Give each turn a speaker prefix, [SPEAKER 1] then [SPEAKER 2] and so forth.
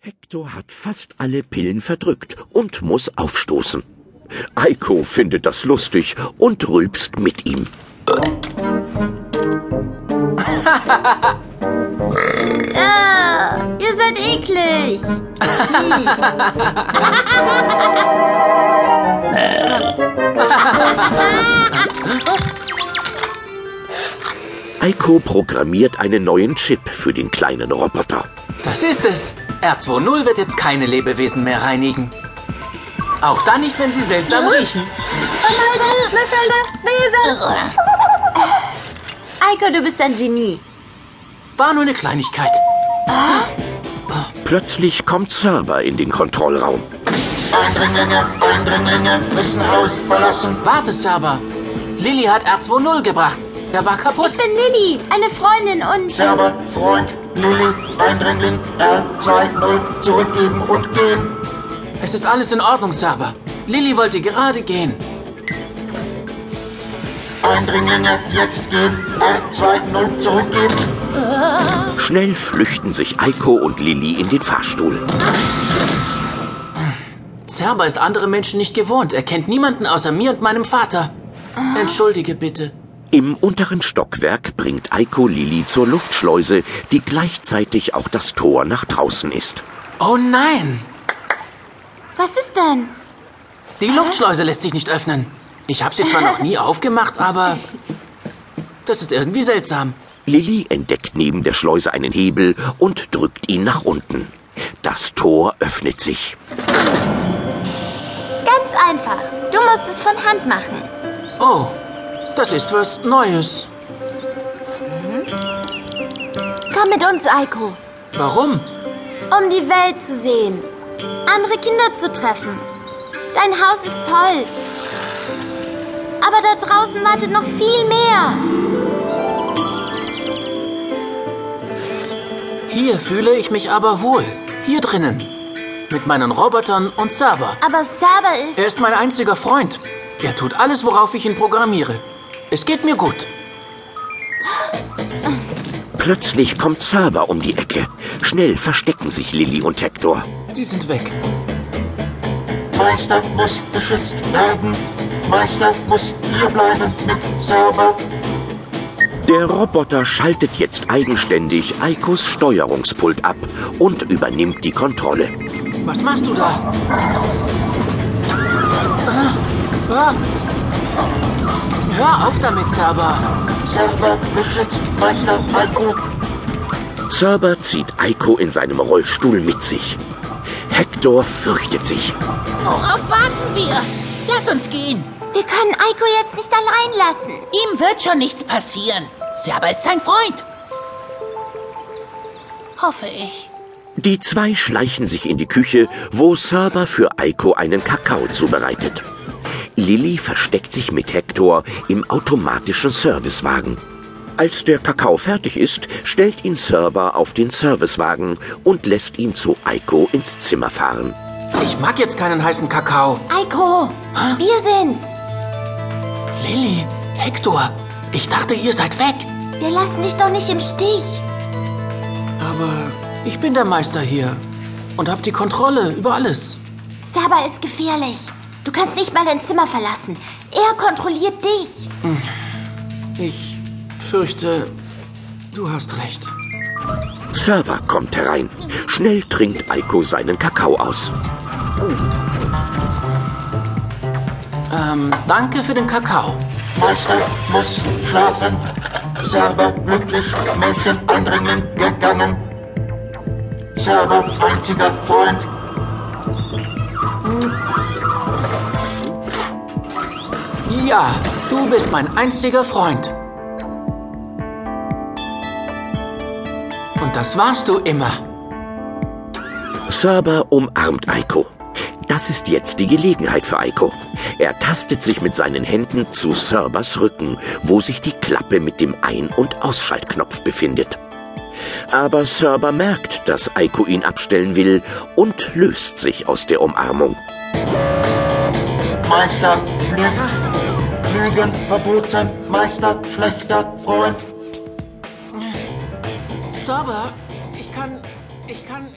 [SPEAKER 1] Hector hat fast alle Pillen verdrückt und muss aufstoßen. Eiko findet das lustig und rülpst mit ihm.
[SPEAKER 2] Ah, ihr seid eklig.
[SPEAKER 1] Eiko programmiert einen neuen Chip für den kleinen Roboter.
[SPEAKER 3] Das ist es. R2.0 wird jetzt keine Lebewesen mehr reinigen. Auch dann nicht, wenn sie seltsam riechen.
[SPEAKER 2] Eiko, du bist ein Genie.
[SPEAKER 3] War nur eine Kleinigkeit.
[SPEAKER 1] Plötzlich kommt Server in den Kontrollraum.
[SPEAKER 4] Eindringlinge, Eindringlinge müssen Haus verlassen.
[SPEAKER 3] Warte, Server. Lilly hat R2.0 gebracht. Der war kaputt.
[SPEAKER 2] Ich bin Lilly, eine Freundin und...
[SPEAKER 4] Server, Freund, Lilly, Eindringling, R2-0 zurückgeben und gehen.
[SPEAKER 3] Es ist alles in Ordnung, Server. Lilly wollte gerade gehen.
[SPEAKER 4] Eindringlinge, jetzt gehen. R2-0 zurückgeben.
[SPEAKER 1] Schnell flüchten sich Eiko und Lilly in den Fahrstuhl.
[SPEAKER 3] Server ist andere Menschen nicht gewohnt. Er kennt niemanden außer mir und meinem Vater. Entschuldige bitte.
[SPEAKER 1] Im unteren Stockwerk bringt Eiko Lilly zur Luftschleuse, die gleichzeitig auch das Tor nach draußen ist.
[SPEAKER 3] Oh
[SPEAKER 2] ähm,
[SPEAKER 3] nein!
[SPEAKER 2] Was ist denn?
[SPEAKER 3] Die Luftschleuse lässt sich nicht öffnen. Ich habe sie zwar noch nie aufgemacht, aber das ist irgendwie seltsam.
[SPEAKER 1] Lilly entdeckt neben der Schleuse einen Hebel und drückt ihn nach unten. Das Tor öffnet sich.
[SPEAKER 2] Ganz einfach. Du musst es von Hand machen.
[SPEAKER 3] Oh, das ist was Neues.
[SPEAKER 2] Komm mit uns, Eiko,
[SPEAKER 3] Warum?
[SPEAKER 2] um die Welt zu sehen, andere Kinder zu treffen. Dein Haus ist toll. Aber da draußen wartet noch viel mehr.
[SPEAKER 3] Hier fühle ich mich aber wohl. Hier drinnen. Mit meinen Robotern und Server.
[SPEAKER 2] Aber Server ist...
[SPEAKER 3] Er ist mein einziger Freund. Er tut alles, worauf ich ihn programmiere. Es geht mir gut.
[SPEAKER 1] Plötzlich kommt Server um die Ecke. Schnell verstecken sich Lilly und Hector.
[SPEAKER 3] Sie sind weg.
[SPEAKER 4] Meister muss geschützt werden. Meister muss hierbleiben mit Server.
[SPEAKER 1] Der Roboter schaltet jetzt eigenständig Eikos Steuerungspult ab und übernimmt die Kontrolle.
[SPEAKER 3] Was machst du da? Äh, Ah, ah. Hör auf damit, Server.
[SPEAKER 4] Server beschützt Meister Eiko.
[SPEAKER 1] Server zieht Eiko in seinem Rollstuhl mit sich. Hector fürchtet sich.
[SPEAKER 5] Worauf warten wir? Lass uns gehen.
[SPEAKER 2] Wir können Eiko jetzt nicht allein lassen.
[SPEAKER 5] Ihm wird schon nichts passieren. Serba ist sein Freund. Hoffe ich.
[SPEAKER 1] Die zwei schleichen sich in die Küche, wo Server für Eiko einen Kakao zubereitet. Lilly versteckt sich mit Hector im automatischen Servicewagen. Als der Kakao fertig ist, stellt ihn Server auf den Servicewagen und lässt ihn zu Eiko ins Zimmer fahren.
[SPEAKER 3] Ich mag jetzt keinen heißen Kakao.
[SPEAKER 2] Eiko, wir sind's.
[SPEAKER 3] Lilly, Hector, ich dachte, ihr seid weg.
[SPEAKER 2] Wir lassen dich doch nicht im Stich.
[SPEAKER 3] Aber ich bin der Meister hier und hab die Kontrolle über alles.
[SPEAKER 2] Server ist gefährlich. Du kannst nicht mal dein Zimmer verlassen. Er kontrolliert dich.
[SPEAKER 3] Ich fürchte, du hast recht.
[SPEAKER 1] Server kommt herein. Schnell trinkt Eiko seinen Kakao aus.
[SPEAKER 3] Ähm, danke für den Kakao.
[SPEAKER 4] Meister muss schlafen. Server glücklich, Mädchen Eindringling gegangen. Server einziger Freund.
[SPEAKER 3] Ja, du bist mein einziger Freund. Und das warst du immer.
[SPEAKER 1] Server umarmt Eiko. Das ist jetzt die Gelegenheit für Eiko. Er tastet sich mit seinen Händen zu Servers Rücken, wo sich die Klappe mit dem Ein- und Ausschaltknopf befindet. Aber Server merkt, dass Eiko ihn abstellen will und löst sich aus der Umarmung.
[SPEAKER 4] Meister lügt. Lügen verboten. Meister schlechter Freund.
[SPEAKER 3] Server, ich kann. Ich kann.